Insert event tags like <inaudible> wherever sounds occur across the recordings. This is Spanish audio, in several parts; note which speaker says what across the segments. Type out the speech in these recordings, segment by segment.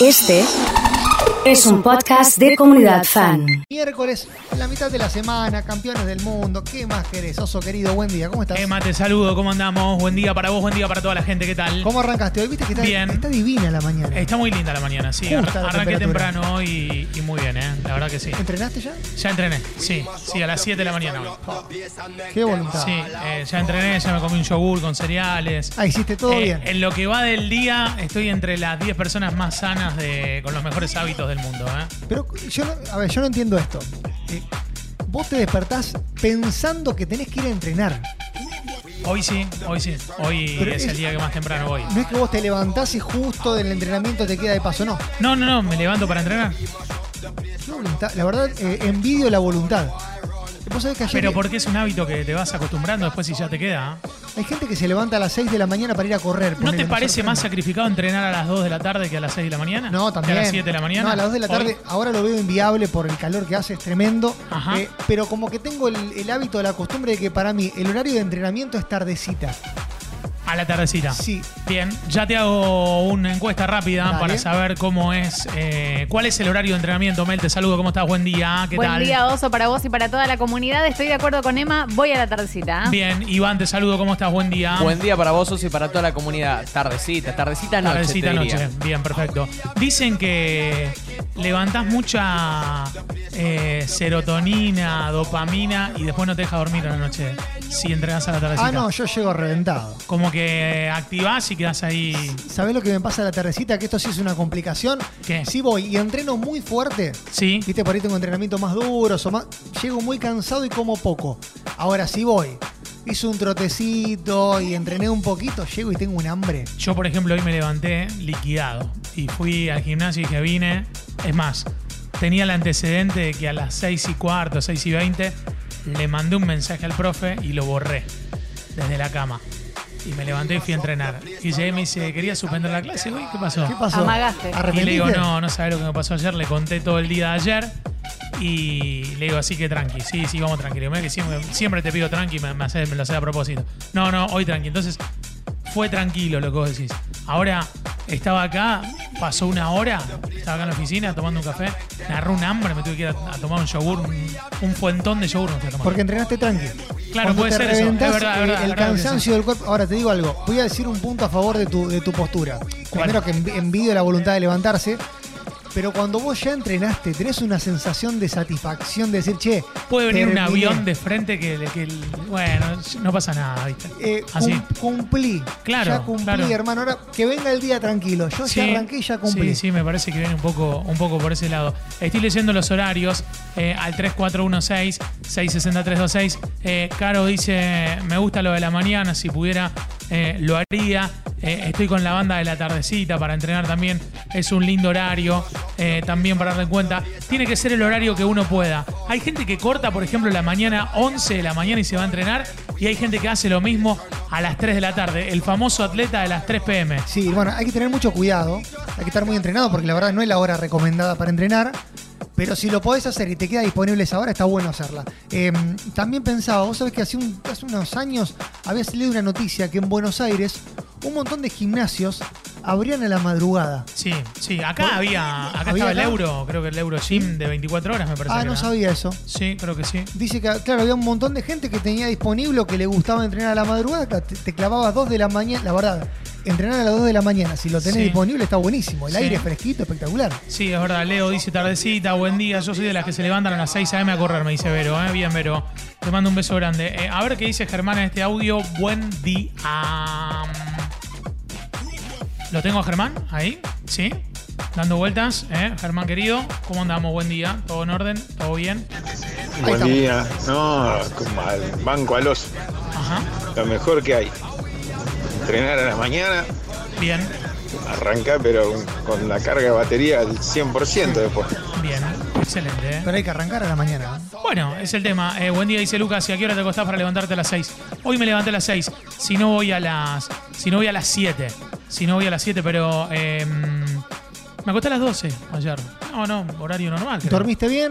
Speaker 1: Este es un podcast de comunidad fan.
Speaker 2: Miércoles, la mitad de la semana, campeones del mundo. ¿Qué más querés? Oso querido, buen día. ¿Cómo estás?
Speaker 3: Emma, te saludo, ¿cómo andamos? Buen día para vos, buen día para toda la gente, ¿qué tal?
Speaker 2: ¿Cómo arrancaste hoy? Viste que está,
Speaker 3: Bien.
Speaker 2: está divina la mañana.
Speaker 3: Está muy linda la mañana, sí.
Speaker 2: Justa
Speaker 3: Arra-
Speaker 2: la
Speaker 3: Arranqué
Speaker 2: temperatura.
Speaker 3: temprano y, y muy bien, ¿eh? La verdad que sí.
Speaker 2: ¿Entrenaste ya?
Speaker 3: Ya entrené, sí, sí, a las 7 de la mañana. hoy.
Speaker 2: Qué voluntad.
Speaker 3: Sí, eh, ya entrené, ya me comí un yogur con cereales.
Speaker 2: Ah, hiciste todo
Speaker 3: Eh,
Speaker 2: bien.
Speaker 3: En lo que va del día, estoy entre las 10 personas más sanas de, con los mejores hábitos del mundo, ¿eh?
Speaker 2: Pero yo no, a ver, yo no entiendo esto. Eh, Vos te despertás pensando que tenés que ir a entrenar.
Speaker 3: Hoy sí, hoy sí. Hoy
Speaker 2: Pero
Speaker 3: es
Speaker 2: es-
Speaker 3: el día que más temprano voy.
Speaker 2: No es que vos te levantás y justo del entrenamiento te queda de paso, no.
Speaker 3: No, no, no, me levanto para entrenar.
Speaker 2: Qué voluntad. La verdad, eh, envidio la voluntad. Vos sabés que ayer
Speaker 3: Pero porque es un hábito que te vas acostumbrando después si ya te queda, ¿eh?
Speaker 2: hay gente que se levanta a las 6 de la mañana para ir a correr.
Speaker 3: ¿No
Speaker 2: ponele,
Speaker 3: te parece
Speaker 2: sorprende.
Speaker 3: más sacrificado entrenar a las 2 de la tarde que a las 6 de la mañana?
Speaker 2: No, también.
Speaker 3: Que a las 7 de la mañana.
Speaker 2: No, a las 2 de la
Speaker 3: Hoy,
Speaker 2: tarde. Ahora lo veo inviable por el calor que hace, es tremendo.
Speaker 3: Ajá.
Speaker 2: Eh, pero como que tengo el, el hábito, la costumbre de que para mí el horario de entrenamiento es tardecita.
Speaker 3: A la tardecita.
Speaker 2: Sí.
Speaker 3: Bien, ya te hago una encuesta rápida
Speaker 2: Dale.
Speaker 3: para saber cómo es, eh, cuál es el horario de entrenamiento. Mel, te saludo, ¿cómo estás? Buen día, ¿qué
Speaker 4: Buen
Speaker 3: tal?
Speaker 4: día, Oso, para vos y para toda la comunidad. Estoy de acuerdo con Emma, voy a la tardecita. ¿ah?
Speaker 3: Bien, Iván, te saludo, ¿cómo estás? Buen día.
Speaker 5: Buen día para vos, Oso, y para toda la comunidad. Tardecita, tardecita noche,
Speaker 3: Tardecita
Speaker 5: te
Speaker 3: noche.
Speaker 5: diría.
Speaker 3: Bien, perfecto. Dicen que levantás mucha eh, serotonina, dopamina y después no te deja dormir a la noche si entrenás a la tardecita.
Speaker 2: Ah, no, yo llego reventado.
Speaker 3: Como que activás y quedás ahí.
Speaker 2: ¿Sabés lo que me pasa a la tardecita? Que esto sí es una complicación.
Speaker 3: ¿Qué?
Speaker 2: Si voy y entreno muy fuerte,
Speaker 3: Sí.
Speaker 2: viste, por ahí tengo entrenamientos más duros o más. Llego muy cansado y como poco. Ahora sí voy. Hice un trotecito y entrené un poquito, llego y tengo un hambre.
Speaker 3: Yo, por ejemplo, hoy me levanté liquidado y fui al gimnasio y dije, vine. Es más, tenía el antecedente de que a las 6 y cuarto, 6 y 20, le mandé un mensaje al profe y lo borré desde la cama. Y me levanté y fui a entrenar. Y llegué y me dice, quería suspender la clase. Uy, ¿qué pasó?
Speaker 2: ¿Qué pasó?
Speaker 4: Amagaste. Y le
Speaker 3: Y le digo,
Speaker 2: ¿Arrepentiste?
Speaker 3: no, no sabes lo que me pasó ayer, le conté todo el día de ayer. Y le digo, así que tranqui, sí, sí, vamos tranquilo. Mirá que siempre, siempre te pido tranqui, me, me haces- me lo haces a propósito. No, no, hoy tranqui. Entonces, fue tranquilo lo que vos decís. Ahora estaba acá, pasó una hora, estaba acá en la oficina tomando un café, me agarró un hambre, me tuve que ir a, a tomar un yogur, un, un fuentón de yogur. me fui a tomar.
Speaker 2: Porque entrenaste tranqui.
Speaker 3: Claro,
Speaker 2: Cuando
Speaker 3: puede
Speaker 2: te
Speaker 3: ser eso. Es
Speaker 2: reventás,
Speaker 3: verdad, es
Speaker 2: eh,
Speaker 3: verdad,
Speaker 2: el
Speaker 3: es verdad que sí.
Speaker 2: cansancio del cuerpo. Ahora te digo algo. Voy a decir un punto a favor de tu, de tu postura.
Speaker 3: ¿Cuál?
Speaker 2: Primero que envi- envidio la voluntad de levantarse. Pero cuando vos ya entrenaste, tenés una sensación de satisfacción de decir, che,
Speaker 3: Puede venir un
Speaker 2: terminé.
Speaker 3: avión de frente que, que- bueno, no pasa nada, ¿viste?
Speaker 2: Eh,
Speaker 3: Así.
Speaker 2: cum- cumplí.
Speaker 3: Ah, Claro,
Speaker 2: Ya cumplí,
Speaker 3: claro.
Speaker 2: hermano. Ahora que venga el día tranquilo. Yo ya arranqué y ya cumplí.
Speaker 3: Sí, sí, me parece que viene un poco, un poco por ese lado. Estoy leyendo los horarios eh, al 3416-660-326. Eh, Caro dice, me gusta lo de la mañana, si pudiera eh, lo haría. Eh, estoy con la banda de la tardecita para entrenar también. Es un lindo horario, eh, también para dar en cuenta. Tiene que ser el horario que uno pueda. Hay gente que corta, por ejemplo, la mañana 11 de la mañana y se va a entrenar. Y hay gente que hace lo mismo a las 3 de la tarde. El famoso atleta de las 3 pm.
Speaker 2: Sí, bueno, hay que tener mucho cuidado, hay que estar muy entrenado porque la verdad no es la hora recomendada para entrenar, pero si lo podés hacer y te queda disponible esa hora, está bueno hacerla. Eh, también pensaba, vos sabés que hace, un- hace unos años había salido una noticia que en Buenos Aires un montón de gimnasios abrían a la madrugada.
Speaker 3: Sí, sí, acá
Speaker 2: ¿Por- <laughs>
Speaker 3: había, acá
Speaker 2: había
Speaker 3: estaba el
Speaker 2: acá? Mm.
Speaker 3: euro, creo que el euro gym de 24 horas me parece.
Speaker 2: Ah,
Speaker 3: que
Speaker 2: no
Speaker 3: era.
Speaker 2: sabía eso.
Speaker 3: Sí, creo que sí.
Speaker 2: Dice que, claro, había un montón de gente que tenía disponible o que le gustaba entrenar a la madrugada, te, te clavabas dos de la mañana, la verdad, entrenar a las 2 de la mañana, si lo tenés
Speaker 3: Sí.
Speaker 2: disponible está buenísimo, el
Speaker 3: Sí.
Speaker 2: aire es fresquito, espectacular.
Speaker 3: Sí, es verdad, Leo dice tardecita, buen día, yo soy de las que se levantan a las 6 a.m. a correr, me dice Vero, ¿eh? bien Vero, te mando un beso grande. Eh, a ver qué dice Germán en este audio, buen día. ¿Lo tengo a Germán? Ahí, sí, dando vueltas, ¿eh? Germán querido, ¿cómo andamos? Buen día, todo en orden, todo bien.
Speaker 2: Ahí
Speaker 6: Buen
Speaker 2: estamos.
Speaker 6: día. No, como al banco al oso.
Speaker 3: Ajá,
Speaker 6: Lo mejor que hay. Entrenar a la mañana,
Speaker 3: bien,
Speaker 6: arrancar, pero con la carga de batería al 100% después.
Speaker 3: bien, excelente. ¿eh?
Speaker 2: Pero hay que arrancar a la mañana. ¿eh?
Speaker 3: Bueno, es el tema. Eh, buen día, dice Lucas. ¿Y a qué hora te acostás para levantarte a las 6? Hoy me levanté a las 6. Si no voy a las. Si no voy a las 7. Si no voy a las 7, pero. eh, me acosté a las 12 ayer. No, no, horario normal. creo.
Speaker 2: ¿Dormiste bien?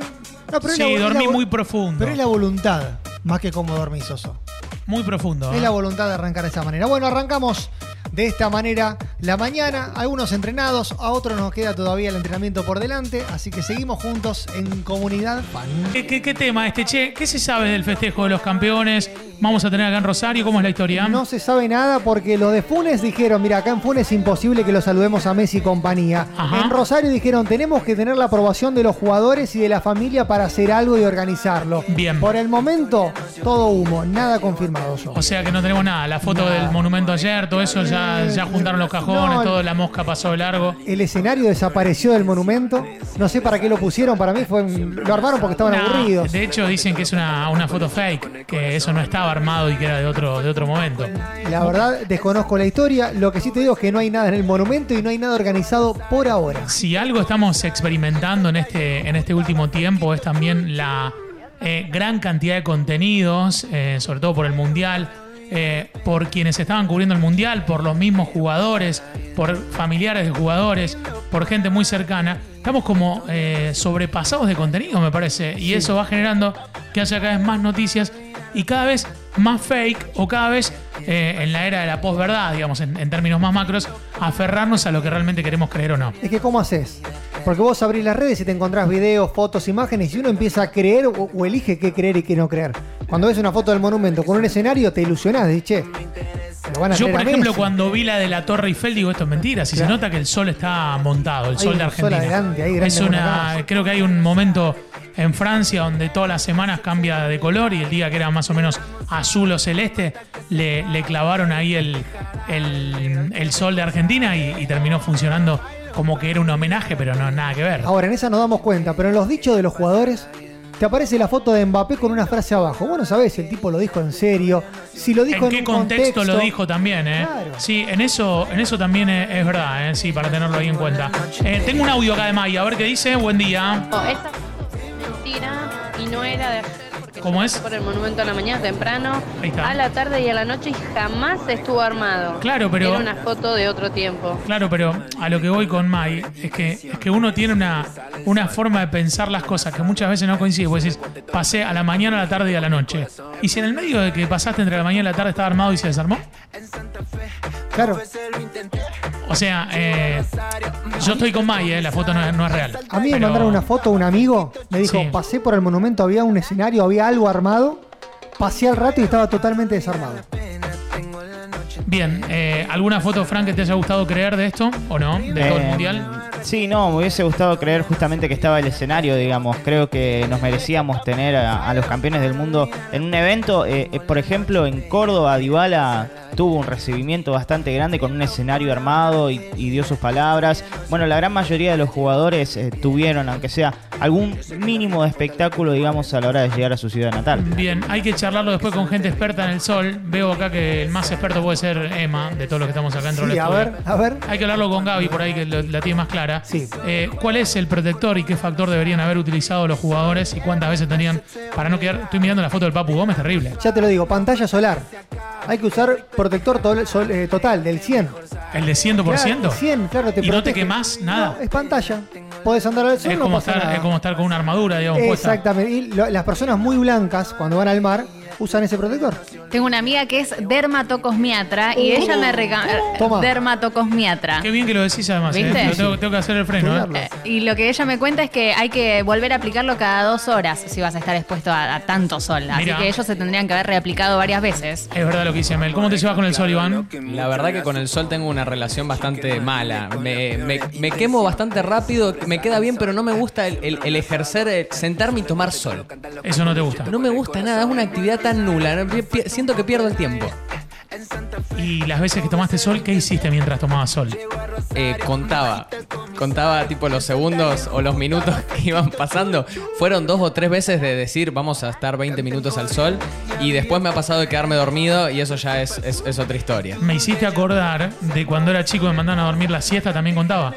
Speaker 2: No, es
Speaker 3: Sí,
Speaker 2: la- es la
Speaker 3: dormí
Speaker 2: vo-
Speaker 3: muy profundo.
Speaker 2: Pero es la voluntad, más que cómo dormís, Oso.
Speaker 3: Muy profundo.
Speaker 2: Es
Speaker 3: ¿eh?
Speaker 2: la voluntad de arrancar de esa manera. Bueno, arrancamos de esta manera la mañana, algunos entrenados, a otros nos queda todavía el entrenamiento por delante, así que seguimos juntos en comunidad fan.
Speaker 3: ¿Qué, qué, qué tema este, che? ¿Qué se sabe del festejo de los campeones? ¿Vamos a tener acá en Rosario? ¿Cómo es la historia?
Speaker 2: No se sabe nada porque los de Funes dijeron, mira, acá en Funes es imposible que lo saludemos a Messi y compañía.
Speaker 3: Ajá.
Speaker 2: En Rosario dijeron, tenemos que tener la aprobación de los jugadores y de la familia para hacer algo y organizarlo.
Speaker 3: Bien.
Speaker 2: Por el momento, todo humo, nada confirmado yo.
Speaker 3: O sea que no tenemos nada. La foto del monumento ayer, todo eso, ya, ya juntaron los cajones,
Speaker 2: No, el-
Speaker 3: todo, la mosca pasó de largo.
Speaker 2: El escenario desapareció del monumento. No sé para qué lo pusieron, para mí fue, lo armaron porque estaban
Speaker 3: Nah,
Speaker 2: aburridos.
Speaker 3: de hecho, dicen que es una, una foto fake, que eso no estaba armado y que era de otro, de otro momento.
Speaker 2: La verdad, desconozco la historia. Lo que sí te digo es que no hay nada en el monumento y no hay nada organizado por ahora.
Speaker 3: Si algo estamos experimentando en este, en este último tiempo es también la eh, gran cantidad de contenidos, eh, sobre todo por el Mundial, eh, por quienes estaban cubriendo el Mundial, por los mismos jugadores, por familiares de jugadores, por gente muy cercana. Estamos como eh, sobrepasados de contenido, me parece, y eso va generando que haya cada vez más noticias y cada vez más fake o cada vez eh, en la era de la posverdad, digamos, en- en términos más macros, aferrarnos a lo que realmente queremos creer o no.
Speaker 2: Es que, ¿cómo haces? Porque vos abrís las redes y te encontrás videos, fotos, imágenes y uno empieza a creer o, o elige qué creer y qué no creer. Cuando ves una foto del monumento con un escenario, te ilusionás, dices, che, lo van a
Speaker 3: Yo,
Speaker 2: creer
Speaker 3: por
Speaker 2: a
Speaker 3: ejemplo,
Speaker 2: Messi".
Speaker 3: cuando vi la de la Torre Eiffel, digo, esto es mentira. Si
Speaker 2: Claro.
Speaker 3: se nota que el sol está montado, el
Speaker 2: Hay
Speaker 3: sol de
Speaker 2: un sol
Speaker 3: Argentina.
Speaker 2: adelante, ahí, grande
Speaker 3: es
Speaker 2: como una
Speaker 3: una,
Speaker 2: casa.
Speaker 3: creo que hay un momento en Francia donde todas las semanas cambia de color y el día que era más o menos azul o celeste, le, le clavaron ahí el, el, el sol de Argentina y, y terminó funcionando como que era un homenaje, pero no nada que ver.
Speaker 2: Ahora, en esa nos damos cuenta, pero en los dichos de los jugadores te aparece la foto de Mbappé con una frase abajo. Bueno, sabés si el tipo lo dijo en serio, si lo dijo
Speaker 3: ¿En
Speaker 2: en,
Speaker 3: qué
Speaker 2: un
Speaker 3: contexto, lo dijo también? ¿eh?
Speaker 2: Claro.
Speaker 3: Sí, en eso, en eso también es, es verdad, ¿eh? sí, para tenerlo ahí en cuenta. Eh, tengo un audio acá de Maya, a ver qué dice. Buen día.
Speaker 7: No, Oh, esta foto es mentira y no era de ayer porque
Speaker 3: ¿Cómo
Speaker 7: yo
Speaker 3: es?
Speaker 7: pasé por el monumento a la mañana temprano,
Speaker 3: Ahí está.
Speaker 7: a la tarde y a la noche y jamás estuvo armado.
Speaker 3: Claro, pero-
Speaker 7: Era una foto de otro tiempo.
Speaker 3: Claro, pero a lo que voy con May es que, es que uno tiene una, una forma de pensar las cosas que muchas veces no coincide. Vos decís, pasé a la mañana, a la tarde y a la noche. Y si en el medio de que pasaste entre la mañana y la tarde estaba armado y se desarmó,
Speaker 2: Claro,
Speaker 3: o sea, eh, yo estoy con May, eh, la foto no, es- no es real.
Speaker 2: a mí me
Speaker 3: Pero-
Speaker 2: mandaron una foto, un amigo me dijo,
Speaker 3: Sí.
Speaker 2: pasé por el monumento, había un escenario, había algo armado, pasé al rato y estaba totalmente desarmado.
Speaker 3: Bien, eh, ¿alguna foto, Frank, que te haya gustado creer de esto o no? De todo el
Speaker 8: Eh,
Speaker 3: mundial.
Speaker 8: Sí, no, me hubiese gustado creer justamente que estaba el escenario, digamos. Creo que nos merecíamos tener a, a los campeones del mundo en un evento. Eh, eh, por ejemplo, en Córdoba, Dybala tuvo un recibimiento bastante grande con un escenario armado y, y dio sus palabras. Bueno, la gran mayoría de los jugadores eh, tuvieron, aunque sea algún mínimo de espectáculo, digamos, a la hora de llegar a su ciudad natal.
Speaker 3: Bien, hay que charlarlo después con gente experta en el sol. Veo acá que el más experto puede ser Emma, de todos los que estamos acá dentro
Speaker 2: Sí,
Speaker 3: del
Speaker 2: a
Speaker 3: estudio.
Speaker 2: ver, a ver.
Speaker 3: Hay que hablarlo con Gaby por ahí, que lo- la tiene más clara.
Speaker 2: Sí.
Speaker 3: Eh, ¿Cuál es el protector y qué factor deberían haber utilizado los jugadores y cuántas veces tenían para no quedar? Estoy mirando la foto del Papu Gómez, terrible.
Speaker 2: Ya te lo digo, pantalla solar. Hay que usar protector tol- sol- eh, total del 100.
Speaker 3: El de 100%.
Speaker 2: Claro, 100, claro, te
Speaker 3: ¿Y no te
Speaker 2: protege.
Speaker 3: quemás nada?
Speaker 2: No, es pantalla. Podés andar al sol,
Speaker 3: es,
Speaker 2: no
Speaker 3: como
Speaker 2: pasa
Speaker 3: estar,
Speaker 2: nada.
Speaker 3: es como estar con una armadura, digamos, puesta.
Speaker 2: Exactamente. Y lo- las personas muy blancas, cuando van al mar, usan ese protector.
Speaker 4: Tengo una amiga que es dermatocosmiatra y
Speaker 7: Uh.
Speaker 4: ella me
Speaker 2: Toma.
Speaker 4: regaló dermatocosmiatra.
Speaker 3: Qué bien que lo decís además, ¿eh?
Speaker 4: ¿Viste?
Speaker 3: Lo tengo, tengo que hacer el freno. ¿eh?
Speaker 2: Cuidarlo.
Speaker 4: Eh, Y lo que ella me cuenta es que hay que volver a aplicarlo cada dos horas si vas a estar expuesto a, a tanto sol. Así
Speaker 3: Mirá.
Speaker 4: que ellos se tendrían que haber reaplicado varias veces.
Speaker 3: eh. Es verdad lo que dice Mel. ¿Cómo te llevas con el sol, Iván?
Speaker 5: La verdad que con el sol tengo una relación bastante mala. Me, me- me quemo bastante rápido, me queda bien, pero no me gusta el, el- el ejercer, el sentarme y tomar sol.
Speaker 3: Eso no te gusta.
Speaker 5: No me gusta nada, es una actividad tan nula. no- pi- pi- Siento que pierdo el tiempo.
Speaker 3: Y las veces que tomaste sol, ¿qué hiciste mientras tomabas sol?
Speaker 5: Eh, contaba, contaba tipo los segundos o los minutos <laughs> que iban pasando. Fueron dos o tres veces de decir vamos a estar 20 minutos al sol y después me ha pasado de quedarme dormido y eso ya es, es- es otra historia.
Speaker 3: Me hiciste acordar de cuando era chico me mandaban a dormir la siesta, también contaba.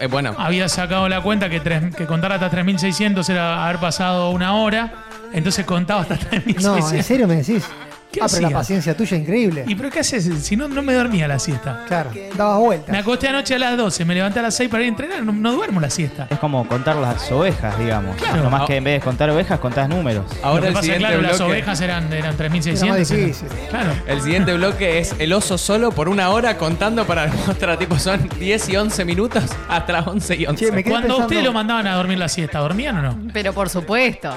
Speaker 5: Eh, bueno,
Speaker 3: Había sacado la cuenta que, tres- que contar hasta 3600 era haber pasado una hora, entonces contaba hasta
Speaker 2: No, en
Speaker 3: 3600.
Speaker 2: serio me decís.
Speaker 3: ¿Qué
Speaker 2: Ah, pero la
Speaker 3: hacías?
Speaker 2: paciencia tuya es increíble.
Speaker 3: ¿Y pero qué haces? Si no, no me dormía la siesta.
Speaker 2: Claro, dabas
Speaker 3: Me
Speaker 2: vueltas.
Speaker 3: acosté anoche a las 12, me levanté a las 6 para ir a entrenar, no, no duermo la siesta.
Speaker 8: Es como contar las ovejas, digamos.
Speaker 3: Claro. Ah.
Speaker 8: Nomás que en vez de contar ovejas, contás números.
Speaker 3: Ahora Lo
Speaker 5: Ahora
Speaker 3: que pasa
Speaker 5: el
Speaker 3: es que,
Speaker 5: siguiente,
Speaker 3: claro, las
Speaker 5: bloque,
Speaker 3: ovejas eran, eran 3.600.
Speaker 2: Era más
Speaker 3: eran-
Speaker 2: difícil.
Speaker 3: Claro.
Speaker 5: el siguiente bloque es el oso solo por una hora contando para demostrar, tipo, son 10 y 11 minutos hasta las 11 y 11.
Speaker 2: Che, me quedé
Speaker 3: Cuando a usted
Speaker 2: pensando-
Speaker 3: lo mandaban a dormir la siesta, ¿dormían o no?
Speaker 4: Pero por supuesto.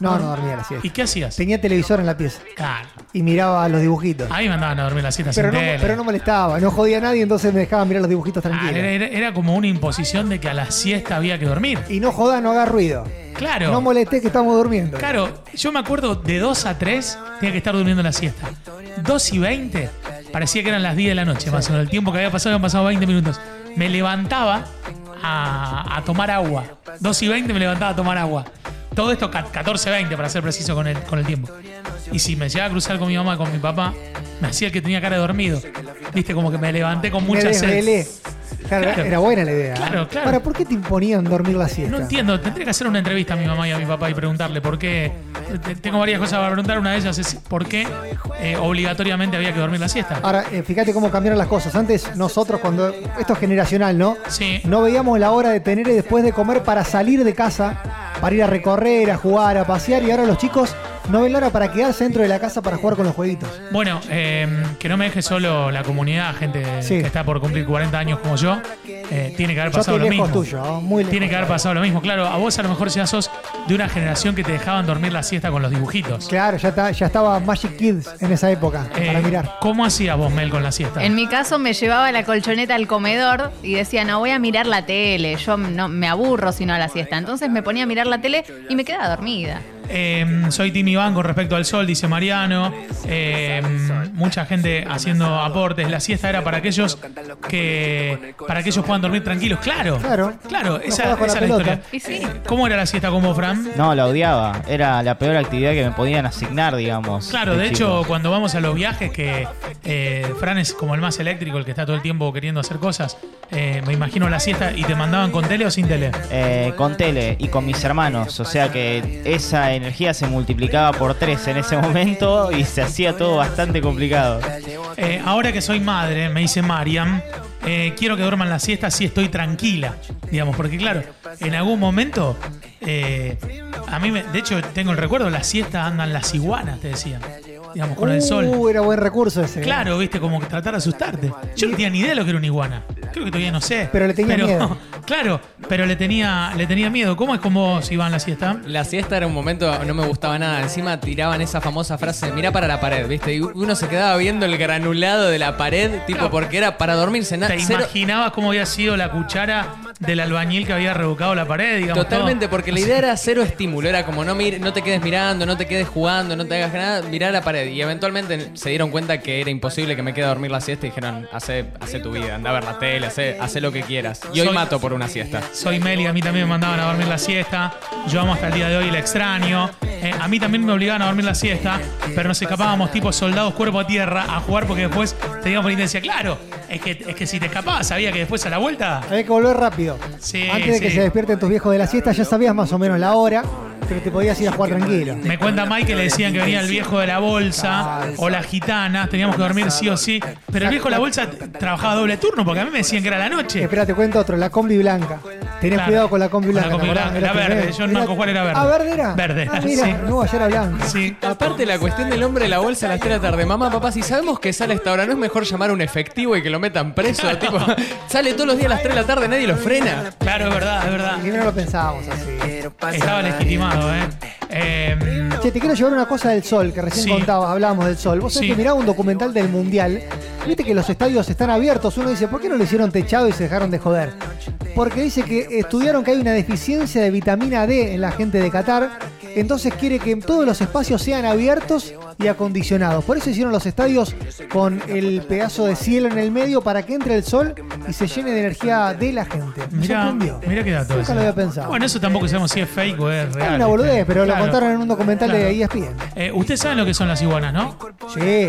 Speaker 2: No, no dormía la siesta.
Speaker 3: ¿Y qué hacías?
Speaker 2: Tenía televisor en la pieza
Speaker 3: Claro.
Speaker 2: y miraba los dibujitos.
Speaker 3: Ahí mandaban a dormir la siesta
Speaker 2: Pero
Speaker 3: sin
Speaker 2: no,
Speaker 3: tele.
Speaker 2: pero no molestaba, no jodía a nadie, entonces me dejaba mirar los dibujitos
Speaker 3: Ah,
Speaker 2: tranquilos.
Speaker 3: era, era- era como una imposición de que a la siesta había que dormir.
Speaker 2: Y no joda, no haga ruido.
Speaker 3: Claro.
Speaker 2: No molesté que estamos durmiendo.
Speaker 3: Claro, yo me acuerdo de 2 a 3 tenía que estar durmiendo la siesta. 2 y 20 parecía que eran las 10 de la noche, más o menos. El tiempo que había pasado habían pasado 20 minutos. Me levantaba a, a tomar agua. 2 y 20 me levantaba a tomar agua. Todo esto ca- 14-20 para ser preciso con el, con el tiempo. Y si me llegaba a cruzar con mi mamá, con mi papá, me hacía el que tenía cara de dormido. Viste, como que me levanté con
Speaker 2: Me
Speaker 3: mucha sed.
Speaker 2: desvelé. Claro,
Speaker 3: Claro.
Speaker 2: Era buena la idea. ¿eh?
Speaker 3: Claro, claro.
Speaker 2: Ahora, ¿por qué te imponían dormir la siesta?
Speaker 3: No entiendo, tendría que hacer una entrevista a mi mamá y a mi papá y preguntarle por qué. Te- Tengo varias cosas para preguntar. Una de ellas es por qué eh, obligatoriamente había que dormir la siesta.
Speaker 2: Ahora, eh, fíjate cómo cambiaron las cosas. Antes nosotros, cuando... Esto es generacional, ¿no?
Speaker 3: Sí.
Speaker 2: No veíamos la hora de tener y después de comer para salir de casa, para ir a recorrer, a jugar, a pasear. Y ahora los chicos no ven la hora para quedarse dentro de la casa para jugar con los jueguitos.
Speaker 3: Bueno, eh, que no me deje solo la comunidad, gente
Speaker 2: Sí.
Speaker 3: que está por cumplir 40 años como yo. eh, tiene que haber
Speaker 2: Yo
Speaker 3: pasado
Speaker 2: estoy
Speaker 3: lo
Speaker 2: lejos
Speaker 3: mismo.
Speaker 2: tuyo, ¿eh? ¿no? muy lejos.
Speaker 3: Tiene que haber pasado lo mismo. Claro, a vos a lo mejor ya sos de una generación que te dejaban dormir la siesta con los dibujitos.
Speaker 2: Claro, ya, está- ya estaba Magic Kids en esa época
Speaker 3: Eh,
Speaker 2: para mirar.
Speaker 3: ¿Cómo hacías vos, Mel, con la siesta?
Speaker 4: En mi caso me llevaba la colchoneta al comedor y decía, no voy a mirar la tele, yo no me aburro sino a la siesta. Entonces me ponía a mirar la tele y me quedaba dormida.
Speaker 3: Eh, soy Tim Iván con respecto al sol, dice Mariano. Eh, mucha gente haciendo aportes. La siesta era para aquellos que para que ellos puedan dormir tranquilos. Claro,
Speaker 2: Claro.
Speaker 3: claro.
Speaker 2: No
Speaker 3: Esa,
Speaker 2: juegas con
Speaker 3: esa
Speaker 2: la
Speaker 3: es la
Speaker 2: pelota.
Speaker 4: Y
Speaker 3: historia.
Speaker 4: sí.
Speaker 3: ¿Cómo era la siesta como Fran?
Speaker 8: No, la odiaba. Era la peor actividad que me podían asignar, digamos.
Speaker 3: Claro, de hecho,
Speaker 8: chico.
Speaker 3: cuando vamos a los viajes, que eh, Fran es como el más eléctrico, el que está todo el tiempo queriendo hacer cosas, eh, me imagino la siesta y te mandaban con tele o sin tele.
Speaker 8: Eh, con tele y con mis hermanos, o sea que esa energía se multiplicaba por tres en ese momento y se hacía todo bastante complicado.
Speaker 3: Eh, ahora que soy madre, me dice Mariam, eh, quiero que duerman la siesta si estoy tranquila, digamos, porque claro, en algún momento, eh, a mí, me- de hecho, tengo el recuerdo, la siesta andan las iguanas, te decían, digamos, con el sol.
Speaker 2: Uh, era buen recurso ese. ¿eh?
Speaker 3: Claro, viste, como que tratar de asustarte. Yo no tenía ni idea de lo que era una iguana. Creo que todavía no sé.
Speaker 2: Pero le tenía miedo.
Speaker 3: <laughs> Claro, pero le tenía, le tenía miedo. ¿Cómo es como vos, Iván, la siesta?
Speaker 5: La siesta era un momento, no me gustaba nada. Encima tiraban esa famosa frase, mirá para la pared, ¿viste? Y uno se quedaba viendo el granulado de la pared, tipo, porque era para dormirse. nada.
Speaker 3: ¿Te imaginabas cómo había sido la cuchara del albañil que había revocado la pared? Digamos,
Speaker 5: Totalmente,
Speaker 3: todo?
Speaker 5: porque la idea era cero estímulo, era como no, mir- no te quedes mirando, no te quedes jugando, no te hagas nada, mirar la pared. Y eventualmente se dieron cuenta que era imposible que me quede a dormir la siesta y dijeron, hace, hace tu vida, anda a ver la tele, hace, hace lo que quieras. Y hoy
Speaker 3: Soy-
Speaker 5: mato por una siesta.
Speaker 3: Soy Meli, a mí también me mandaban a dormir la siesta. Yo amo hasta el día de hoy y la extraño. Eh, a mí también me obligaban a dormir la siesta, pero nos escapábamos tipo soldados cuerpo a tierra a jugar porque después teníamos penitencia. Claro, es que, es que si te escapabas, sabía que después a la vuelta.
Speaker 2: Había que volver rápido.
Speaker 3: Sí,
Speaker 2: Antes de que
Speaker 3: sí.
Speaker 2: se despierten tus viejos de la siesta, ya sabías más o menos la hora, pero te podías ir a jugar tranquilo.
Speaker 3: Me cuenta Mike que le decían que venía el viejo de la bolsa o la gitana, teníamos que dormir sí o sí. Pero el viejo de la bolsa t- trabajaba doble turno porque a mí me decían que era la noche.
Speaker 2: Espera, te cuento otro, la combi blanca. Tenés
Speaker 3: Claro.
Speaker 2: cuidado con la combi
Speaker 3: Con la
Speaker 2: blanca.
Speaker 3: combi
Speaker 2: ¿te acordás?
Speaker 3: blanca, la
Speaker 2: Era
Speaker 3: verde,
Speaker 2: tremendo.
Speaker 3: yo no me acuerdo cuál era verde.
Speaker 2: Ah, verde era.
Speaker 3: Verde,
Speaker 2: Ah, mira,
Speaker 3: sí.
Speaker 2: no, ayer era blanca.
Speaker 3: Sí.
Speaker 5: Aparte la cuestión del hombre de la bolsa a las 3 de la tarde, mamá, papá, si sabemos que sale a esta hora, ¿no es mejor llamar a un efectivo y que lo metan preso? <laughs> Tipo, sale todos los días a las 3 de la tarde, nadie lo frena.
Speaker 3: Claro, es verdad, es verdad.
Speaker 2: Y no lo pensábamos así.
Speaker 3: Estaba legitimado, ¿eh? eh
Speaker 2: Che, te quiero llevar una cosa del sol, que recién
Speaker 3: Sí.
Speaker 2: contabas, hablábamos del sol. Vos sabés
Speaker 3: Sí.
Speaker 2: que miraba un documental del Mundial. Viste que los estadios están abiertos. Uno dice, ¿por qué no lo hicieron techado y se dejaron de joder? Porque dice que estudiaron que hay una deficiencia de vitamina D en la gente de Qatar. Entonces quiere que todos los espacios sean abiertos y acondicionados. Por eso hicieron los estadios con el pedazo de cielo en el medio para que entre el sol y se llene de energía de la gente. Me
Speaker 3: Mirá,
Speaker 2: sorprendió.
Speaker 3: mirá qué dato.
Speaker 2: Nunca
Speaker 3: ese.
Speaker 2: lo había pensado.
Speaker 3: Bueno, eso tampoco sabemos si es fake o es real.
Speaker 2: Hay una boludez,
Speaker 3: ¿viste?
Speaker 2: pero
Speaker 3: Claro.
Speaker 2: lo contaron en un documental de E
Speaker 3: Claro.
Speaker 2: ESPN.
Speaker 3: Eh, Ustedes saben lo que son las iguanas, ¿no?
Speaker 2: Sí.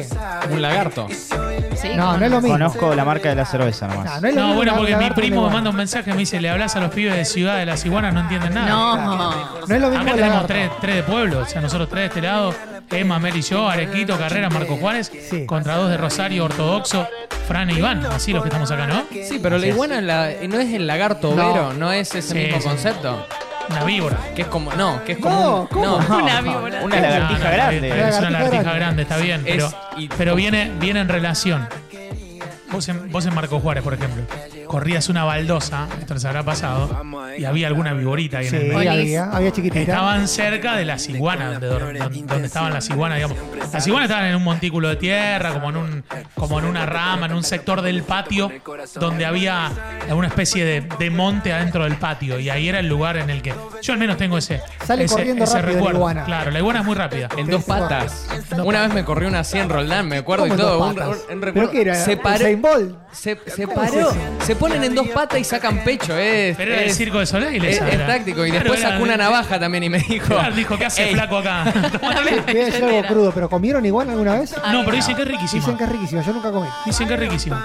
Speaker 5: Un lagarto.
Speaker 4: Sí,
Speaker 2: No,
Speaker 4: con-
Speaker 2: no es lo mismo.
Speaker 8: Conozco la marca de la cerveza
Speaker 2: Ah,
Speaker 8: nomás.
Speaker 2: no es lo
Speaker 3: No,
Speaker 2: mismo
Speaker 3: bueno, porque mi
Speaker 2: lagarto que
Speaker 3: primo me
Speaker 2: iguana.
Speaker 3: manda un mensaje, me dice, le hablas a los pibes de ciudad de las iguanas, no entienden nada.
Speaker 4: No.
Speaker 2: No es lo mismo
Speaker 3: Acá
Speaker 2: el
Speaker 3: tenemos
Speaker 2: lagarto.
Speaker 3: tres, tres de pueblo, o sea, nosotros tres de este lado, Emma, Mary yo, Arequito, Carrera, Marco Juárez,
Speaker 2: Sí.
Speaker 3: contra dos de Rosario, Ortodoxo, Fran e Iván, así los que estamos acá, ¿no?
Speaker 5: Sí, pero la iguana la- no es el lagarto
Speaker 2: No.
Speaker 5: overo, no, es
Speaker 3: Sí,
Speaker 5: ese mismo
Speaker 3: sí.
Speaker 5: concepto.
Speaker 3: Una víbora.
Speaker 5: Que es como. No, que es como.
Speaker 2: No,
Speaker 5: un-
Speaker 2: ¿cómo?
Speaker 5: no.
Speaker 7: Una víbora.
Speaker 8: Una
Speaker 3: No,
Speaker 8: lagartija
Speaker 3: no, está bien,
Speaker 8: grande.
Speaker 3: está bien, Es una
Speaker 2: Lagartija
Speaker 3: lagartija
Speaker 2: grande.
Speaker 3: grande, está bien, pero,
Speaker 5: Es- y-
Speaker 3: pero viene, viene en relación. Vos en, vos en Marco Juárez, por ejemplo, corrías una baldosa, esto les habrá pasado, y había alguna viborita ahí
Speaker 2: Sí,
Speaker 3: en el medio.
Speaker 2: había, había chiquitita.
Speaker 3: Estaban cerca de las iguanas, donde, dor- don- donde estaban las iguanas, digamos. Las iguanas estaban en un montículo de tierra, como en, un, como en una rama, en un sector del patio, donde había una especie de, de monte adentro del patio. Y ahí era el lugar en el que. Yo al menos tengo ese.
Speaker 2: Sale
Speaker 3: ese-
Speaker 2: corriendo
Speaker 3: ese
Speaker 2: rápido la
Speaker 3: recuerdo.
Speaker 2: iguana.
Speaker 3: Claro, la iguana es muy rápida.
Speaker 5: En dos patas. Una vez me corrió una así en Roldán, me acuerdo y
Speaker 2: ¿Cómo en
Speaker 5: todo.
Speaker 2: dos
Speaker 5: un-
Speaker 2: patas?
Speaker 5: un- un
Speaker 2: ¿Pero
Speaker 5: recuerdo.
Speaker 2: qué era?
Speaker 5: Se paró.
Speaker 2: ¿Usain Bolt?
Speaker 3: <laughs>
Speaker 5: Se, se
Speaker 2: ¿Cómo es
Speaker 5: paró.
Speaker 2: eso?
Speaker 5: se ponen en dos patas y sacan pecho. Es,
Speaker 3: Pero era el
Speaker 5: es-
Speaker 3: circo de Soleil,
Speaker 5: es,
Speaker 3: esa
Speaker 5: es
Speaker 3: era.
Speaker 5: táctico. Y
Speaker 3: Claro,
Speaker 5: después
Speaker 3: era
Speaker 5: sacó una
Speaker 3: de-
Speaker 5: navaja también y me dijo.
Speaker 3: Claro, dijo, ¿qué hace
Speaker 5: "Ey,
Speaker 3: flaco
Speaker 5: <laughs>
Speaker 3: acá?
Speaker 2: Voy a decir algo crudo, pero ¿comieron iguana alguna vez?
Speaker 3: no, pero dicen que es riquísimo.
Speaker 2: Dicen que es riquísima, yo nunca comí.
Speaker 3: Dicen que es riquísimo.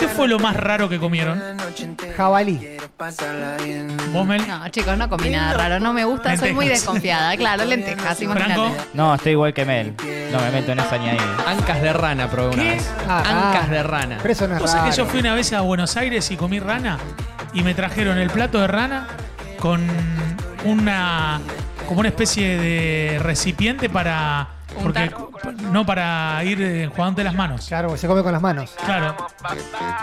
Speaker 3: ¿Qué fue lo más raro que comieron?
Speaker 2: Jabalí.
Speaker 3: ¿Vos, Mel?
Speaker 4: No, chicos, no comí nada raro. No me gusta, soy muy
Speaker 3: Lentejas.
Speaker 4: desconfiada. Claro, lentejas,
Speaker 3: ¿Franco?
Speaker 4: imagínate.
Speaker 8: No, estoy igual que Mel. No me meto en esa ni ahí.
Speaker 5: Ancas de rana probé una
Speaker 3: ¿Qué?
Speaker 5: vez.
Speaker 2: Ah,
Speaker 5: Ancas
Speaker 2: rana.
Speaker 5: de rana.
Speaker 2: Pero eso no es
Speaker 3: Cosa que
Speaker 2: raro.
Speaker 3: yo fui una vez a Buenos Aires y comí rana y me trajeron el plato de rana con una como una especie de recipiente para porque no para ir eh, jugándote las manos.
Speaker 2: Claro, se come con las manos.
Speaker 3: Claro,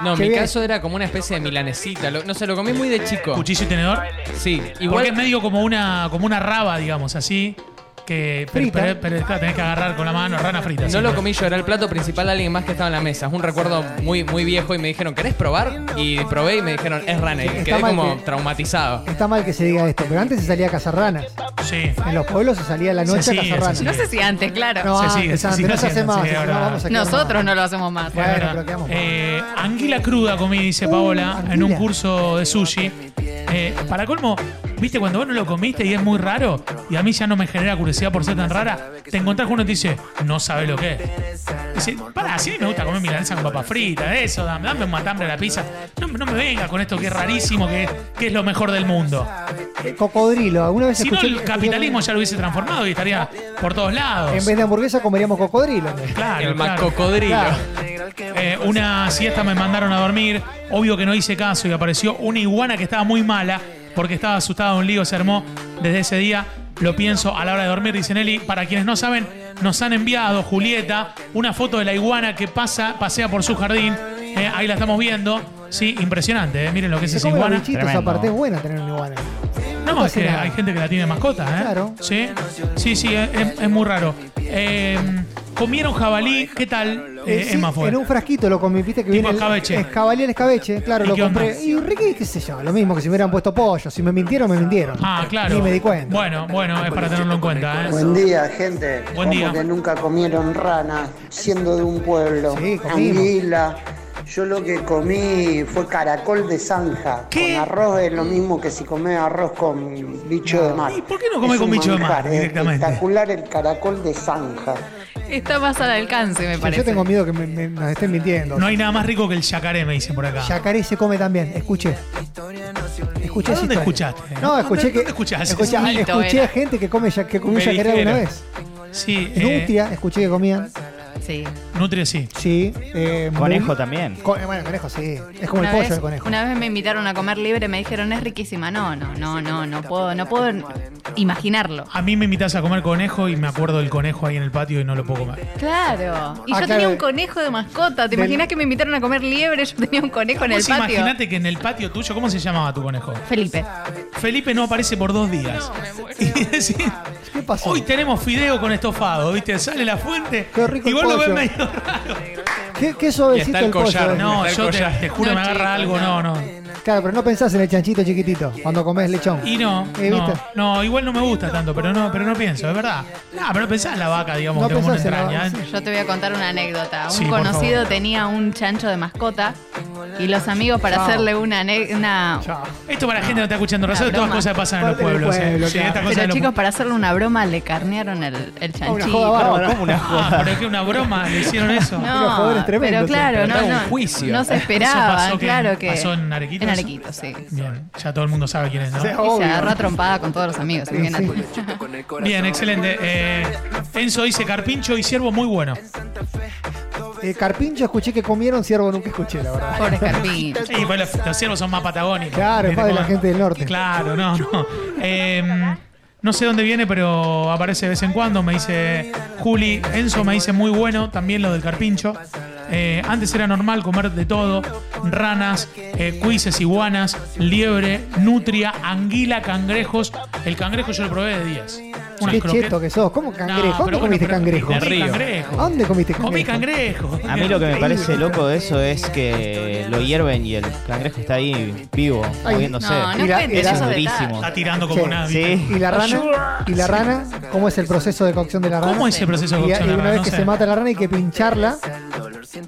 Speaker 5: No, en
Speaker 2: Qué
Speaker 5: mi
Speaker 2: bien.
Speaker 5: caso era como una especie de milanesita. lo- no sé, lo comí muy de chico.
Speaker 3: cuchillo y tenedor.
Speaker 5: Sí,
Speaker 3: Igual
Speaker 5: igual.
Speaker 3: es medio como una como una raba, digamos, así que pero,
Speaker 2: Frita.
Speaker 3: pero- pero, claro, tenés que agarrar con la mano rana frita.
Speaker 5: No
Speaker 3: sí.
Speaker 5: lo comí yo, era el plato principal de alguien más que estaba en la mesa. Es un recuerdo muy, muy viejo y me dijeron, ¿querés probar? Y probé y me dijeron, es rana. Y
Speaker 2: Está
Speaker 5: quedé
Speaker 2: mal
Speaker 5: como
Speaker 2: que-
Speaker 5: traumatizado.
Speaker 2: Está mal que se diga esto, pero antes se salía a cazar ranas.
Speaker 3: Sí.
Speaker 2: En los pueblos se salía a la noche
Speaker 3: Sí,
Speaker 2: a
Speaker 3: sí,
Speaker 2: cazar ranas.
Speaker 3: sí,
Speaker 4: No sé si antes, claro.
Speaker 2: No,
Speaker 3: Se
Speaker 2: antes,
Speaker 3: sigue, se
Speaker 2: antes,
Speaker 3: sigue
Speaker 2: no se hace
Speaker 3: haciendo,
Speaker 2: más.
Speaker 3: sí,
Speaker 2: si no,
Speaker 3: ahora-
Speaker 2: vamos a quedar
Speaker 4: Nosotros
Speaker 2: mal.
Speaker 4: no lo hacemos más.
Speaker 2: Bueno,
Speaker 3: Es verdad.
Speaker 2: pero quedamos mal.
Speaker 3: Eh, anguila cruda comí, dice Paola,
Speaker 2: Uh,
Speaker 3: en un
Speaker 2: anguila.
Speaker 3: curso de sushi. Eh, para colmo, viste, cuando vos no lo comiste y es muy raro, y a mí ya no me genera curiosidad por ser tan rara, te encontrás con uno que te dice, no sabe lo que es. Dice, pará, si a mí me gusta comer milanesa con papas fritas, eso, dame, dame un matambre a la pizza. No, no me venga con esto que es rarísimo, que, que es lo mejor del mundo.
Speaker 2: Eh, Cocodrilo, alguna vez
Speaker 3: Si no,
Speaker 2: escuché-
Speaker 3: el
Speaker 2: escuché-
Speaker 3: capitalismo ya lo hubiese transformado y estaría por todos lados.
Speaker 2: En vez de hamburguesa comeríamos cocodrilo.
Speaker 5: <laughs>
Speaker 3: Claro,
Speaker 5: el
Speaker 3: claro.
Speaker 5: macocodrilo.
Speaker 2: Claro.
Speaker 3: Eh, una siesta me mandaron a dormir, obvio que no hice caso y apareció una iguana que estaba muy mala porque estaba asustada de un lío, se armó desde ese día. Lo pienso a la hora de dormir, dice Nelly. Para quienes no saben, nos han enviado, Julieta, una foto de la iguana que pasa, pasea por su jardín. Eh, ahí la estamos viendo. Sí, impresionante, eh. miren lo que es
Speaker 2: Se
Speaker 3: esa
Speaker 2: come los
Speaker 3: iguana.
Speaker 2: bichitos,
Speaker 8: Tremendo.
Speaker 2: aparte es buena tener una iguana.
Speaker 3: No, es
Speaker 2: pasa
Speaker 3: que
Speaker 2: nada.
Speaker 3: hay gente que la tiene de mascota, ¿eh?
Speaker 2: Claro.
Speaker 3: Sí, sí, sí, es, es muy raro. Eh, comieron jabalí, ¿qué tal?
Speaker 2: Eh,
Speaker 3: Eh,
Speaker 2: sí,
Speaker 3: Emma fue.
Speaker 2: En un frasquito lo comí, viste que
Speaker 3: Tipo
Speaker 2: viene. el-
Speaker 3: escabeche.
Speaker 2: Es jabalí en escabeche, claro,
Speaker 3: ¿Y
Speaker 2: lo
Speaker 3: qué onda?
Speaker 2: compré. Y riquí, qué sé yo, lo mismo que si me hubieran puesto pollo. Si me mintieron, me mintieron.
Speaker 3: Ah, claro.
Speaker 2: Ni me di cuenta.
Speaker 3: Bueno, bueno, es para tenerlo en cuenta. ¿eh?
Speaker 9: Buen día, gente.
Speaker 3: Buen
Speaker 9: Como
Speaker 3: día.
Speaker 9: que nunca comieron rana, siendo de un pueblo.
Speaker 2: Sí, comimos.
Speaker 9: Anguila. Yo lo que comí fue caracol de zanja.
Speaker 3: ¿Qué?
Speaker 9: Con arroz es lo mismo que si comés arroz con bicho de mar.
Speaker 3: ¿Y por qué no comés
Speaker 9: Es
Speaker 3: con
Speaker 9: un
Speaker 3: bicho de mar
Speaker 9: manjar, es
Speaker 3: directamente?
Speaker 9: Espectacular el caracol de zanja.
Speaker 4: Está más al alcance, me
Speaker 2: Yo-
Speaker 4: parece.
Speaker 2: Yo tengo miedo que me- me- nos estén mintiendo.
Speaker 3: No hay nada más rico que el yacaré, me dicen por acá.
Speaker 2: Yacaré se come también, escuché. Escuché
Speaker 3: ¿A
Speaker 2: esa
Speaker 3: dónde
Speaker 2: historia.
Speaker 3: escuchaste?
Speaker 2: No, escuché
Speaker 3: ¿Dónde-
Speaker 2: que.
Speaker 3: dónde escuchaste?
Speaker 4: Es
Speaker 2: Escuché,
Speaker 4: un mito,
Speaker 2: escuché
Speaker 4: era.
Speaker 2: a gente que come ya- que comió
Speaker 5: Me
Speaker 2: yacaré alguna
Speaker 5: dijeron.
Speaker 2: vez.
Speaker 3: Sí,
Speaker 2: En
Speaker 3: eh,
Speaker 2: Nutria, escuché que comían.
Speaker 4: Sí.
Speaker 3: Nutria sí.
Speaker 2: Sí. eh,
Speaker 8: Conejo
Speaker 2: muy-
Speaker 8: también.
Speaker 2: co- eh, bueno, conejo, sí. Es como
Speaker 4: Una
Speaker 2: el pollo
Speaker 4: vez-
Speaker 2: del conejo.
Speaker 4: Una vez me invitaron a comer libre, me dijeron, es riquísima. No, no, no, no, no puedo, no puedo imaginarlo.
Speaker 3: A mí me invitas a comer conejo y me acuerdo del conejo ahí en el patio y no lo puedo comer.
Speaker 4: Claro. Y
Speaker 2: Ah,
Speaker 4: yo
Speaker 2: claro.
Speaker 4: tenía un conejo de mascota. ¿Te
Speaker 2: Del-
Speaker 4: imaginas que me invitaron a comer liebre? Yo tenía un conejo en el
Speaker 3: Vos
Speaker 4: patio.
Speaker 3: imaginate que en el patio tuyo, ¿cómo se llamaba tu conejo?
Speaker 4: Felipe.
Speaker 3: Felipe no aparece por dos días. <laughs> Y decís,
Speaker 2: ¿Qué pasó?
Speaker 3: hoy tenemos fideo con estofado, ¿viste? Sale la fuente
Speaker 2: Qué rico
Speaker 3: y
Speaker 2: el
Speaker 3: vos lo ves
Speaker 2: pollo.
Speaker 3: medio raro.
Speaker 2: ¿Qué, qué suavecito
Speaker 5: Y está el
Speaker 2: pollo.
Speaker 5: collar,
Speaker 2: del-
Speaker 3: No,
Speaker 5: Está el
Speaker 3: yo te,
Speaker 5: collar.
Speaker 3: te juro,
Speaker 4: No,
Speaker 3: me agarra
Speaker 4: chicos,
Speaker 3: algo, no, Eh, no.
Speaker 2: Claro, pero no pensás en el chanchito chiquitito cuando comés lechón.
Speaker 3: Y no,
Speaker 2: Eh,
Speaker 3: no,
Speaker 2: ¿viste?
Speaker 3: no, igual no me gusta tanto, pero no, pero no pienso, es verdad. No, pero pensás en la vaca, digamos,
Speaker 2: No
Speaker 3: que como una
Speaker 2: pensás en la
Speaker 3: entraña.
Speaker 2: vaca,
Speaker 3: ¿eh?
Speaker 4: Yo te voy a contar una anécdota. Un
Speaker 3: Sí, por
Speaker 4: conocido
Speaker 3: favor.
Speaker 4: tenía un chancho de mascota y los amigos para hacerle una... ane- una
Speaker 2: Chao.
Speaker 3: Esto para la gente que no está escuchando
Speaker 4: Una
Speaker 3: nosotros, todas
Speaker 4: broma.
Speaker 3: cosas que pasan en los
Speaker 2: Parte del
Speaker 3: pueblos. ¿eh?
Speaker 2: pueblo,
Speaker 3: Sí,
Speaker 2: claro.
Speaker 3: estas cosas de
Speaker 4: pero
Speaker 3: los-
Speaker 4: chicos, para hacerle una broma le carnearon el, el
Speaker 2: Una
Speaker 4: chanchito.
Speaker 2: joda bárbara.
Speaker 8: No,
Speaker 2: <laughs>
Speaker 8: como una
Speaker 3: Ah,
Speaker 8: joda.
Speaker 3: pero que una broma, le hicieron eso.
Speaker 2: Pero joder, es tremendo,
Speaker 4: pero claro,
Speaker 5: Pero
Speaker 4: no,
Speaker 5: está
Speaker 4: no,
Speaker 5: un juicio.
Speaker 4: no se
Speaker 5: Eso
Speaker 4: esperaba,
Speaker 3: pasó que-
Speaker 4: claro que
Speaker 3: pasó en Arequito,
Speaker 4: en arquito, sí.
Speaker 3: Bien, ya todo el mundo sabe quién es, ¿no?
Speaker 10: Sí.
Speaker 4: Y se
Speaker 10: Obvio.
Speaker 4: agarró a trompada con todos los amigos. así que nada.
Speaker 3: Bien, excelente. Eh, Enzo dice carpincho y ciervo muy bueno.
Speaker 2: Eh, Carpincho escuché que comieron, ciervo nunca escuché, la
Speaker 4: <laughs>
Speaker 2: verdad.
Speaker 4: Pobre Carpín.
Speaker 3: Y bueno, pues los, los ciervos son más patagónicos.
Speaker 2: Claro, es más de la gente del norte.
Speaker 3: Claro, no, no. Eh, no sé dónde viene, pero aparece de vez en cuando. Me dice Juli, Enzo me dice muy bueno, también lo del carpincho. Eh, antes era normal comer de todo: ranas, eh, cuises, iguanas, liebre, nutria, anguila, cangrejos. El cangrejo yo lo probé de 10. Unas
Speaker 2: Qué
Speaker 3: croquetas-
Speaker 2: cheto que sos. ¿Cómo
Speaker 3: No,
Speaker 2: cangrejo? ¿Dónde
Speaker 3: pero bueno,
Speaker 2: comiste
Speaker 3: pero
Speaker 2: cangrejo?
Speaker 3: comí
Speaker 5: de río.
Speaker 3: cangrejo.
Speaker 2: ¿A dónde comiste
Speaker 3: Comí
Speaker 2: cangrejo?
Speaker 3: cangrejo.
Speaker 8: A mí lo que me parece loco de eso es que lo hierven y el cangrejo está ahí vivo,
Speaker 2: Ay,
Speaker 8: moviéndose.
Speaker 4: no, no
Speaker 2: Y la-
Speaker 4: cuentes
Speaker 2: y la-
Speaker 4: esos
Speaker 8: durísimo.
Speaker 4: detalles.
Speaker 3: Está tirando como
Speaker 2: Sí,
Speaker 3: una.
Speaker 8: Sí.
Speaker 2: ¿Y la rana? ¿Y la rana? ¿Cómo es el proceso de cocción de la rana?
Speaker 3: ¿Cómo es el proceso de
Speaker 2: Y-
Speaker 3: cocción
Speaker 2: Y,
Speaker 3: de la
Speaker 2: una
Speaker 3: rana?
Speaker 2: vez
Speaker 3: No
Speaker 2: que
Speaker 3: sé.
Speaker 2: se mata la rana hay que pincharla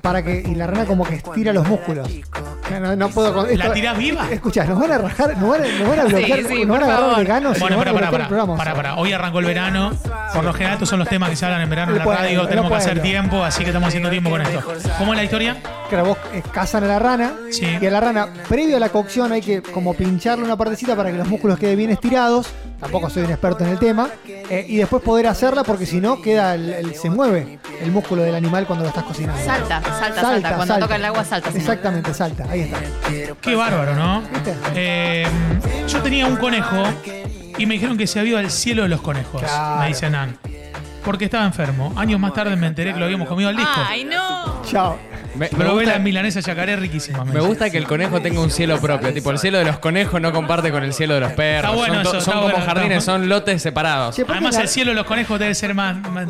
Speaker 2: para que y la rana como que estira los músculos. No, no- no puedo con-
Speaker 3: ¿La
Speaker 2: esto-
Speaker 3: tirás viva?
Speaker 2: Escuchá, nos van a rajar, nos van a, nos van a bloquear,
Speaker 4: sí,
Speaker 2: nos van a
Speaker 4: por
Speaker 2: agarrar
Speaker 4: favor.
Speaker 2: veganos, y
Speaker 3: Bueno,
Speaker 2: nos van
Speaker 3: para,
Speaker 2: a
Speaker 3: para,
Speaker 2: bloquear
Speaker 3: para,
Speaker 2: el programa.
Speaker 3: para, para. Hoy arrancó el verano. Por lo general, estos son los temas que se hablan en verano
Speaker 2: No
Speaker 3: en la
Speaker 2: puedo,
Speaker 3: radio.
Speaker 2: no
Speaker 3: Tenemos que hacer
Speaker 2: puedo.
Speaker 3: tiempo, así que estamos haciendo tiempo con esto. ¿Cómo es la historia?
Speaker 2: Claro, vos eh, cazan a la rana
Speaker 3: Sí.
Speaker 2: y a la rana, previo a la cocción, hay que como pincharle una partecita para que los músculos queden bien estirados. Tampoco soy un experto en el tema. eh, y después poder hacerla porque si no, queda el, el- se mueve el músculo del animal cuando lo estás cocinando.
Speaker 4: Salta, salta, salta. Cuando toca el agua, salta. si no.
Speaker 2: Exactamente, salta. Ahí está.
Speaker 3: Qué bárbaro, ¿no?
Speaker 2: ¿Viste?
Speaker 3: Eh, yo tenía un conejo y me dijeron que se había ido al cielo de los conejos,
Speaker 2: Claro.
Speaker 3: me dice Nan. Porque estaba enfermo. Años más tarde me enteré que lo habíamos comido al disco.
Speaker 11: Ay, no.
Speaker 2: Chao.
Speaker 5: Me, me
Speaker 3: Probé la
Speaker 5: gusta,
Speaker 3: milanesa yacaré riquísima.
Speaker 5: me gusta que el conejo tenga un cielo propio. Tipo, el cielo de los conejos no comparte con el cielo de los perros.
Speaker 3: Está bueno
Speaker 5: son to-
Speaker 3: eso,
Speaker 5: son
Speaker 3: está
Speaker 5: como
Speaker 3: bueno, está
Speaker 5: jardines,
Speaker 3: bueno.
Speaker 5: son lotes separados.
Speaker 2: Che, ¿por qué
Speaker 3: Además,
Speaker 2: la-
Speaker 3: el cielo de los conejos debe ser más. más,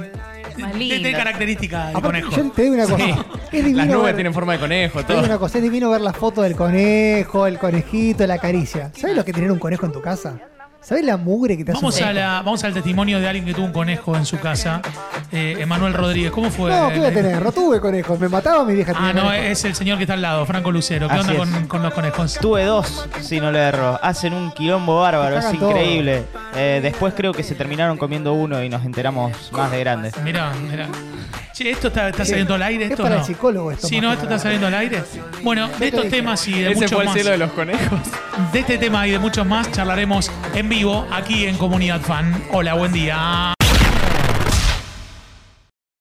Speaker 4: lindo.
Speaker 3: Tiene características de
Speaker 2: aparte,
Speaker 3: conejo.
Speaker 2: yo te digo una cosa.
Speaker 5: Sí.
Speaker 2: Es divino.
Speaker 5: Las nubes
Speaker 2: ver-
Speaker 5: tienen forma de conejo,
Speaker 2: te digo
Speaker 5: todo.
Speaker 2: una cosa, es divino ver la foto del conejo, el conejito, la caricia. ¿Sabes lo que es tener un conejo en tu casa? ¿Sabes la mugre que te hace? un
Speaker 3: Vamos, a
Speaker 2: conejo?
Speaker 3: la, vamos al testimonio de alguien que tuvo un conejo en su casa, eh, Emanuel Rodríguez. ¿Cómo fue?
Speaker 2: No, ¿qué voy a tener? No tuve conejos. Me mataba mi vieja.
Speaker 3: Ah,
Speaker 2: tenía
Speaker 3: no,
Speaker 2: conejos.
Speaker 3: es el señor que está al lado, Franco Lucero. ¿Qué
Speaker 8: Así
Speaker 3: onda
Speaker 8: es.
Speaker 3: con, con los conejos?
Speaker 8: Tuve dos, si no le erro. Hacen un quilombo bárbaro, es
Speaker 2: Cagan todo.
Speaker 8: increíble. Eh, después creo que se terminaron comiendo uno y nos enteramos más de grandes.
Speaker 3: Mirá, mirá. Che, ¿esto está, está saliendo al aire?
Speaker 2: Eh, Es
Speaker 3: Esto
Speaker 2: para
Speaker 3: no.
Speaker 2: el psicólogo esto,
Speaker 3: Sí,
Speaker 2: más
Speaker 3: no,
Speaker 2: que
Speaker 3: esto
Speaker 2: nada. Este
Speaker 3: está saliendo al aire. Bueno, de estos temas y de
Speaker 5: Ese
Speaker 3: muchos
Speaker 5: fue el
Speaker 3: más.
Speaker 5: cielo de los conejos.
Speaker 3: De este tema y de muchos más charlaremos en vivo aquí en Comunidad Fan. Hola, buen día.